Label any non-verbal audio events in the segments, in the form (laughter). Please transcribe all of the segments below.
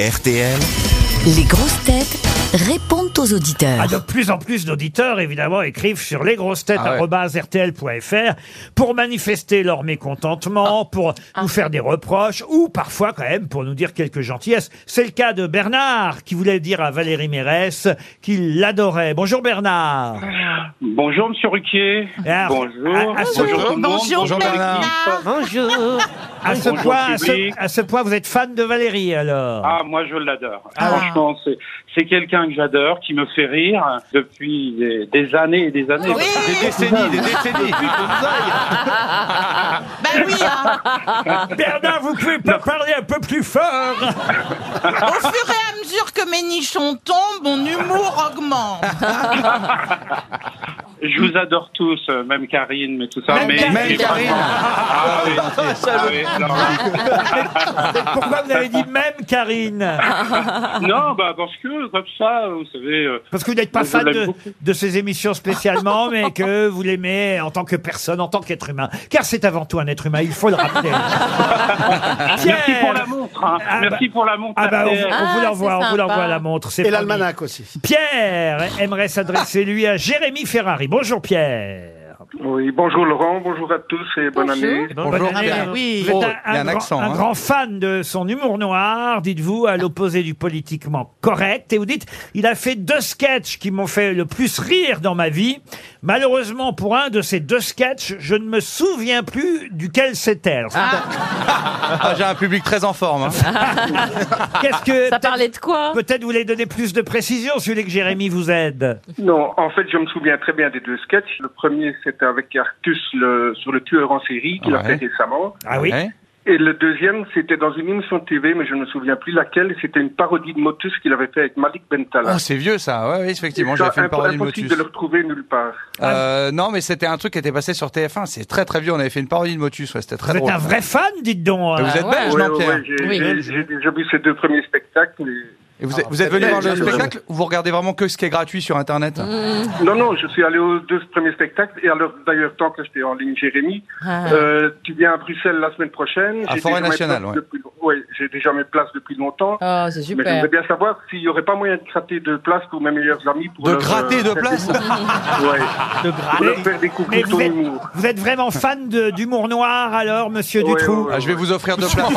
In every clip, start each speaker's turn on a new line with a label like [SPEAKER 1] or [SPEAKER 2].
[SPEAKER 1] RTL.
[SPEAKER 2] Les grosses têtes répondent aux auditeurs.
[SPEAKER 3] Ah, de plus en plus d'auditeurs, évidemment, écrivent sur lesgrossetêtes.rtl.fr pour manifester leur mécontentement, pour nous faire des reproches ou parfois, quand même, pour nous dire quelques gentillesses. C'est le cas de Bernard qui voulait dire à Valérie Mérès qu'il l'adorait. Bonjour Bernard.
[SPEAKER 4] Bonjour Monsieur Ruquier.
[SPEAKER 3] Et alors,
[SPEAKER 4] Euh, bonjour.
[SPEAKER 3] à- à ce-
[SPEAKER 4] bonjour tout le monde.
[SPEAKER 5] Bonjour,
[SPEAKER 4] Bonjour
[SPEAKER 5] Bernard.
[SPEAKER 4] l'équipe.
[SPEAKER 3] À ce,
[SPEAKER 4] Bonjour,
[SPEAKER 3] point, à, ce,
[SPEAKER 4] public.
[SPEAKER 3] à ce point, vous êtes fan de Valérie alors.
[SPEAKER 4] Ah moi je l'adore. Franchement c'est c'est quelqu'un que j'adore qui me fait rire depuis des, des années et des années.
[SPEAKER 5] Oui.
[SPEAKER 6] Des décennies, des décennies.
[SPEAKER 5] Bah oui, hein.
[SPEAKER 4] Ah.
[SPEAKER 3] Bernard, vous pouvez pas parler un peu plus fort
[SPEAKER 4] (laughs)
[SPEAKER 5] au fur et à mesure que mes nichons tombent, mon humour augmente.
[SPEAKER 4] Je vous adore tous, euh, même Karine, mais tout ça.
[SPEAKER 3] Même
[SPEAKER 4] mais,
[SPEAKER 3] Karine.
[SPEAKER 4] mais
[SPEAKER 6] Même Karine.
[SPEAKER 4] franchement- Ah, oui. Ah oui, non.
[SPEAKER 3] Pourquoi vous avez dit même Karine
[SPEAKER 4] Non, bah parce que comme ça, vous savez. euh,
[SPEAKER 3] Parce que vous n'êtes pas
[SPEAKER 4] Je
[SPEAKER 3] fan
[SPEAKER 4] l'aime
[SPEAKER 3] de,
[SPEAKER 4] beaucoup.
[SPEAKER 3] de ces émissions spécialement,
[SPEAKER 4] (laughs)
[SPEAKER 3] mais que vous l'aimez en tant que personne, en tant qu'être humain. Car c'est avant tout un être humain, il faut le rappeler.
[SPEAKER 4] (laughs) Merci pour la
[SPEAKER 3] Pierre
[SPEAKER 4] montre. hein.
[SPEAKER 3] Ah
[SPEAKER 4] Merci pour la montre.
[SPEAKER 3] ah bah, on, vous-
[SPEAKER 4] RTL.
[SPEAKER 3] on vous l'envoie, on vous l'envoie la montre. c'est
[SPEAKER 7] Et
[SPEAKER 3] promis.
[SPEAKER 7] l'almanach aussi.
[SPEAKER 3] Pierre aimerait s'adresser lui à Jérémy Ferrari. Bonjour Pierre.
[SPEAKER 8] Oui, bonjour Laurent, bonjour à tous et bonne année.
[SPEAKER 3] Bonne année.
[SPEAKER 5] Ah bah oui.
[SPEAKER 3] Vous êtes
[SPEAKER 6] Oh, il y a un
[SPEAKER 3] grand,
[SPEAKER 6] accent,
[SPEAKER 3] un
[SPEAKER 6] hein.
[SPEAKER 3] grand fan de son humour noir, dites-vous, à l'opposé du politiquement correct. Et vous dites, il a fait deux sketchs qui m'ont fait le plus rire dans ma vie. Malheureusement, pour un de ces deux sketchs, je ne me souviens plus duquel c'était. Alors,
[SPEAKER 6] Ah, j'ai un public très en forme. hein.
[SPEAKER 3] Qu'est-ce que
[SPEAKER 9] (laughs) Ça
[SPEAKER 3] peut-être-
[SPEAKER 9] parlait de quoi
[SPEAKER 3] peut-être vous voulez donner plus de précisions, celui que Jérémy vous aide.
[SPEAKER 8] Non, en fait, je me souviens très bien des deux sketchs. Le premier, c'était avec Artus le, sur le tueur en série qu'il a
[SPEAKER 6] Ouais.
[SPEAKER 8] fait récemment.
[SPEAKER 3] Ah oui.
[SPEAKER 6] Ouais.
[SPEAKER 8] Et le deuxième, c'était dans une émission de TV, mais je ne me souviens plus laquelle. C'était une parodie de Motus qu'il avait fait avec Malik Bentala.
[SPEAKER 6] Oh, c'est vieux ça. Ouais, oui, effectivement,
[SPEAKER 8] Et
[SPEAKER 6] j'ai
[SPEAKER 8] ça,
[SPEAKER 6] fait une
[SPEAKER 8] imp-
[SPEAKER 6] parodie de
[SPEAKER 8] impossible
[SPEAKER 6] Motus.
[SPEAKER 8] de le retrouver nulle part.
[SPEAKER 6] Euh, non, mais c'était un truc qui était passé sur TF1. C'est très très vieux. On avait fait une parodie de Motus. Ouais, c'était très
[SPEAKER 3] Vous êtes
[SPEAKER 6] drôle.
[SPEAKER 3] un vrai Ah fan, dites donc. euh.
[SPEAKER 6] Et vous êtes
[SPEAKER 9] Ouais.
[SPEAKER 6] belge,
[SPEAKER 8] Ouais,
[SPEAKER 6] non,
[SPEAKER 8] ouais,
[SPEAKER 6] Pierre
[SPEAKER 8] ouais, j'ai
[SPEAKER 9] Oui.
[SPEAKER 8] j'ai- j'ai déjà vu ces deux premiers spectacles. et-
[SPEAKER 6] Et vous, êtes- vous êtes venu voir le spectacle ou vous regardez vraiment que ce qui est gratuit sur Internet
[SPEAKER 8] Non, non, je suis allé aux deux premiers spectacles. Et alors, d'ailleurs, tant que j'étais en ligne, Jérémy,
[SPEAKER 9] Ah.
[SPEAKER 8] Euh, tu viens à Bruxelles la semaine prochaine.
[SPEAKER 6] À
[SPEAKER 8] J'ai
[SPEAKER 6] Forêt
[SPEAKER 8] déjà mes
[SPEAKER 6] Nationale,
[SPEAKER 8] places
[SPEAKER 6] ouais.
[SPEAKER 8] depuis- ouais, j'ai déjà mes places depuis longtemps.
[SPEAKER 9] Oh, c'est
[SPEAKER 8] Mais
[SPEAKER 9] super.
[SPEAKER 8] j'aimerais bien savoir s'il n'y aurait pas moyen de gratter de places pour mes meilleurs amis. Pour
[SPEAKER 6] De
[SPEAKER 8] leur,
[SPEAKER 6] gratter
[SPEAKER 8] euh,
[SPEAKER 6] de
[SPEAKER 8] faire
[SPEAKER 6] place
[SPEAKER 8] découvrir- ouais,
[SPEAKER 3] De
[SPEAKER 8] pour leur
[SPEAKER 3] gratter.
[SPEAKER 8] faire
[SPEAKER 3] Mais
[SPEAKER 8] découvrir
[SPEAKER 3] vous
[SPEAKER 8] ton
[SPEAKER 3] êtes,
[SPEAKER 8] humour.
[SPEAKER 3] vous êtes vraiment fan de- d'humour noir, alors, monsieur
[SPEAKER 8] Ouais,
[SPEAKER 3] Dutroux
[SPEAKER 8] ouais, ouais.
[SPEAKER 6] Ah, Je vais vous offrir deux places.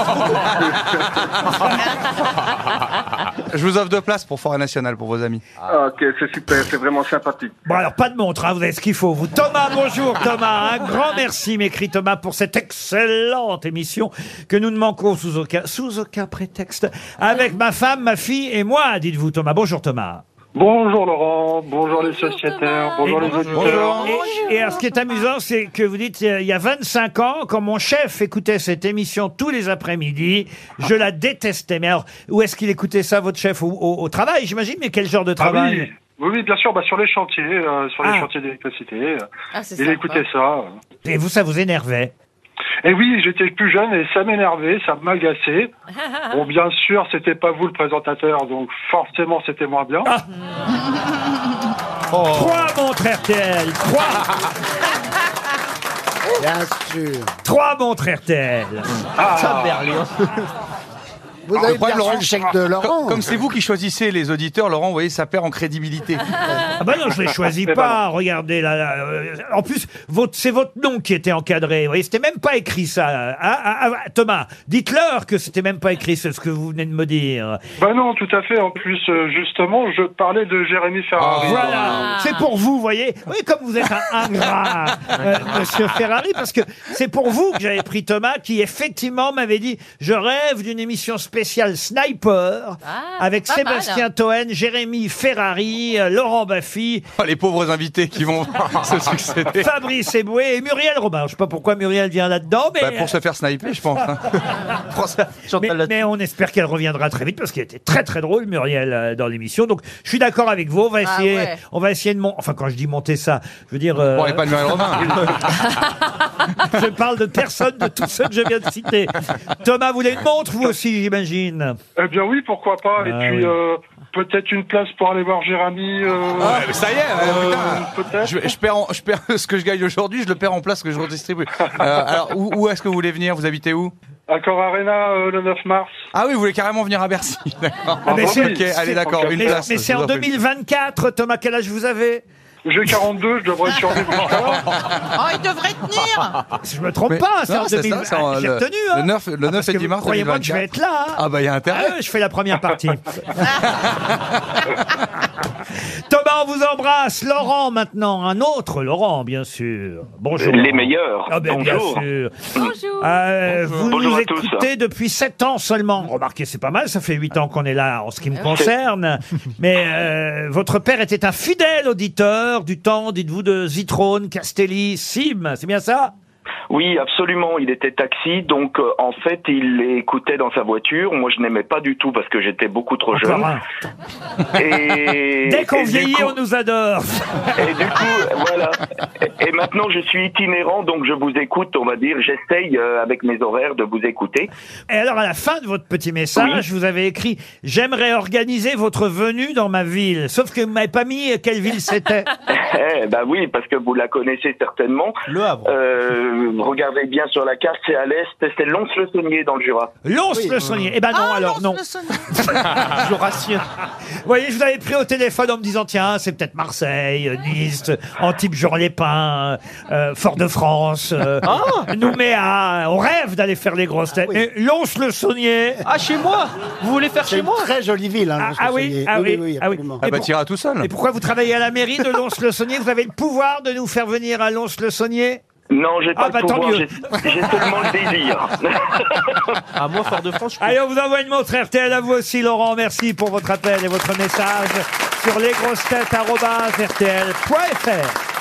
[SPEAKER 6] je vous offre deux places pour Forêt Nationale pour vos amis.
[SPEAKER 8] Ah, ok, c'est super, c'est vraiment sympathique.
[SPEAKER 3] Bon, alors, pas de montre, hein, vous avez ce qu'il faut, vous. Thomas, bonjour, Thomas. Un grand merci, m'écrit Thomas, pour cette excellente émission que nous ne manquons sous aucun, sous aucun prétexte avec ma femme, ma fille et moi, dites-vous, Thomas. Bonjour, Thomas.
[SPEAKER 8] Bonjour Laurent, bonjour les
[SPEAKER 9] sociétaires, bonjour
[SPEAKER 3] Et-
[SPEAKER 9] les
[SPEAKER 6] auditeurs.
[SPEAKER 3] Et, et alors, ce qui est amusant, c'est que vous dites, euh, il y a 25 ans, quand mon chef écoutait cette émission tous les après-midi, je la détestais. Mais alors, où est-ce qu'il écoutait ça, votre chef au, au- au travail, j'imagine Mais quel genre de
[SPEAKER 8] Ah
[SPEAKER 3] travail
[SPEAKER 8] oui. Oui, oui, bien sûr, bah, sur les chantiers, euh, sur les
[SPEAKER 3] Ah.
[SPEAKER 8] chantiers d'électricité.
[SPEAKER 9] Ah, c'est
[SPEAKER 8] Il
[SPEAKER 9] sympa.
[SPEAKER 8] écoutait ça.
[SPEAKER 3] Et vous, ça vous énervait
[SPEAKER 8] Et oui, j'étais plus jeune et ça m'énervait, ça
[SPEAKER 9] (laughs)
[SPEAKER 8] m'agaçait. Bon, bien sûr, c'était pas vous le présentateur, donc forcément, c'était moins bien.
[SPEAKER 6] Oh.
[SPEAKER 3] Trois montres RTL Trois
[SPEAKER 7] Bien sûr.
[SPEAKER 3] Trois montres RTL.
[SPEAKER 7] Vous
[SPEAKER 6] le
[SPEAKER 7] avez bien
[SPEAKER 6] problème,
[SPEAKER 7] reçu
[SPEAKER 6] Laurent-
[SPEAKER 7] le chèque de Laurent.
[SPEAKER 6] Comme comme c'est vous qui choisissez les auditeurs, Laurent, vous voyez, ça perd en crédibilité.
[SPEAKER 3] Ah bah non, je les choisis pas. Regardez là. là, euh, en plus, votre, c'est votre nom qui était encadré. Vous voyez, c'était même pas écrit ça. Ah, ah, ah, Thomas, dites-leur que c'était même pas écrit ce ce que vous venez de me dire.
[SPEAKER 9] Oh.
[SPEAKER 8] Ben non, tout à fait. En plus, euh, justement, je parlais de Jérémy
[SPEAKER 3] Ah,
[SPEAKER 8] Ferrari.
[SPEAKER 9] Ah.
[SPEAKER 3] Voilà, c'est pour vous, voyez. Oui, comme vous êtes un
[SPEAKER 9] (laughs)
[SPEAKER 3] ingrat, euh, Monsieur Ferrari, parce que c'est pour vous que j'avais pris Thomas, qui effectivement m'avait dit je rêve d'une émission spéciale Sniper
[SPEAKER 9] Ah,
[SPEAKER 3] avec
[SPEAKER 9] pas mal.
[SPEAKER 3] Sébastien Toen, Jérémy Ferrari, euh, Laurent Baffy,
[SPEAKER 6] Oh, les pauvres invités qui vont
[SPEAKER 3] (laughs)
[SPEAKER 6] se succéder.
[SPEAKER 3] Fabrice Eboué et Muriel Robin. Je sais pas pourquoi Muriel vient là-dedans, mais.
[SPEAKER 6] Bah, pour se faire sniper, je pense. (laughs) hein.
[SPEAKER 3] Mais, mais on espère qu'elle reviendra très vite parce qu'elle était très très drôle Muriel euh, dans l'émission. Donc je suis d'accord avec vous. On va
[SPEAKER 9] Ah
[SPEAKER 3] essayer,
[SPEAKER 9] ouais.
[SPEAKER 3] on va essayer de monter. Enfin quand je dis monter ça, je veux dire. euh,
[SPEAKER 6] Bon, et pas de Muriel Robin.
[SPEAKER 3] (laughs) Je parle de personne de tous ceux que je viens de citer. Thomas, vous voulez une montre, vous aussi, j'imagine
[SPEAKER 8] Eh bien oui, pourquoi pas.
[SPEAKER 3] Ah,
[SPEAKER 8] Et puis,
[SPEAKER 3] oui.
[SPEAKER 8] euh, peut-être une place pour aller voir Jérémy. euh,
[SPEAKER 3] Ah.
[SPEAKER 6] Ouais, mais ça y est, euh,
[SPEAKER 8] euh,
[SPEAKER 6] putain.
[SPEAKER 8] peut-être.
[SPEAKER 6] Je, je perds (laughs) en- je perds ce que je gagne aujourd'hui, je le perds en place que je redistribue. Euh, alors, où, où est-ce que vous voulez venir Vous habitez où
[SPEAKER 8] Accor Arena euh, le 9 mars.
[SPEAKER 6] Ah oui, vous voulez carrément venir à Bercy. (laughs) D'accord.
[SPEAKER 8] Ah,
[SPEAKER 3] mais c'est-
[SPEAKER 6] ok, allez, d'accord, une
[SPEAKER 3] bah, Mais,
[SPEAKER 6] place.
[SPEAKER 3] mais c'est
[SPEAKER 6] je vous
[SPEAKER 3] en
[SPEAKER 6] en prie.
[SPEAKER 3] 2024, Thomas, quel âge vous avez
[SPEAKER 8] J'ai 42, je devrais être survivre jusqu'à là.
[SPEAKER 5] Oh, il devrait
[SPEAKER 3] (laughs)
[SPEAKER 5] tenir
[SPEAKER 3] Je me trompe
[SPEAKER 6] Ah. Mais-
[SPEAKER 3] pas, c'est
[SPEAKER 6] non,
[SPEAKER 3] en
[SPEAKER 6] c'est ça,
[SPEAKER 3] 2024.
[SPEAKER 6] c'est en-
[SPEAKER 3] J'ai
[SPEAKER 6] le-
[SPEAKER 3] retenu, hein
[SPEAKER 6] le 9 le
[SPEAKER 3] Parce
[SPEAKER 6] 9 et
[SPEAKER 3] que
[SPEAKER 6] 10 mars
[SPEAKER 3] Croyez-moi que je vais être là. hein.
[SPEAKER 6] Ah bah, il y a
[SPEAKER 3] Ah
[SPEAKER 6] intérêt.
[SPEAKER 3] ouais, je fais la première partie. Thomas, on vous embrasse. Laurent, maintenant, un autre Laurent, bien sûr. Bonjour.
[SPEAKER 1] Les
[SPEAKER 3] Laurent.
[SPEAKER 1] meilleurs.
[SPEAKER 3] Ah ben, bien
[SPEAKER 1] Bonjour.
[SPEAKER 3] sûr. Euh, vous
[SPEAKER 1] Bonjour
[SPEAKER 3] nous
[SPEAKER 1] à tous.
[SPEAKER 3] écoutez depuis 7 ans seulement. Remarquez, c'est pas mal, ça fait 8 ans qu'on est là en ce qui me concerne. Mais euh, votre père était un fidèle auditeur du temps, dites-vous, de Zitrone, Castelli, Sim, c'est bien ça
[SPEAKER 1] Oui, absolument. Il était taxi, donc euh, en fait, il écoutait dans sa voiture. Moi, je n'aimais pas du tout parce que j'étais beaucoup trop jeune.
[SPEAKER 3] Encore un.
[SPEAKER 1] Et,
[SPEAKER 3] (laughs) Dès qu'on
[SPEAKER 1] et du
[SPEAKER 3] vieillit,
[SPEAKER 1] coup-
[SPEAKER 3] on nous adore.
[SPEAKER 1] Et
[SPEAKER 3] (laughs)
[SPEAKER 1] du coup, euh, voilà. Et maintenant, je suis itinérant, donc je vous écoute, on va dire. J'essaye, euh, avec mes horaires, de vous écouter. (laughs)
[SPEAKER 3] Et alors, à la fin de votre petit message, vous avez écrit « J'aimerais organiser votre venue dans ma ville ». Sauf que vous m'avez pas mis quelle
[SPEAKER 9] (laughs)
[SPEAKER 3] ville c'était.
[SPEAKER 1] Eh ben oui, parce que vous la connaissez certainement.
[SPEAKER 9] Le Havre.
[SPEAKER 1] Euh, regardez bien sur la carte, c'est à l'est, c'est Lons-le-Saunier dans le Jura.
[SPEAKER 3] Lons-le-Saunier. Eh ben non,
[SPEAKER 5] Ah,
[SPEAKER 3] alors non.
[SPEAKER 5] lance le sonnet.
[SPEAKER 9] Ah, Jurassien.
[SPEAKER 3] Vous voyez, je vous avais pris au téléphone en me disant, tiens, c'est peut-être Marseille, euh, Nice, euh, Antibes, Jean-les-Pins, euh, Fort-de-France, euh,
[SPEAKER 9] Ah.
[SPEAKER 3] Nouméa. On rêve d'aller faire les grosses têtes.
[SPEAKER 7] Ah
[SPEAKER 3] Mais
[SPEAKER 7] oui.
[SPEAKER 3] Lons-le Saunier.
[SPEAKER 9] Ah, chez moi Vous voulez faire
[SPEAKER 7] C'est
[SPEAKER 9] chez
[SPEAKER 7] une
[SPEAKER 9] moi
[SPEAKER 7] très jolie ville. Hein,
[SPEAKER 3] Ah,
[SPEAKER 7] Lons-le-Saunier.
[SPEAKER 3] ah oui, ah oui, ah oui.
[SPEAKER 7] absolument.
[SPEAKER 6] Ah bah,
[SPEAKER 3] pour-
[SPEAKER 6] t'iras tout seul.
[SPEAKER 3] Et pourquoi vous travaillez à la mairie de Lons-le-Saunier Vous avez le pouvoir de nous faire venir à Lons-le-Saunier
[SPEAKER 1] Non, j'ai pas
[SPEAKER 3] Ah, bah,
[SPEAKER 1] le
[SPEAKER 3] tant
[SPEAKER 1] pouvoir,
[SPEAKER 3] mieux.
[SPEAKER 1] j'ai j'ai seulement le désir.
[SPEAKER 3] (laughs)
[SPEAKER 9] Ah, moi, Fort-de-France, je peux-
[SPEAKER 3] Allez, on vous envoie une montre RTL à vous aussi, Laurent. Merci pour votre appel et votre message sur lesgrossetêtes.rtl.fr.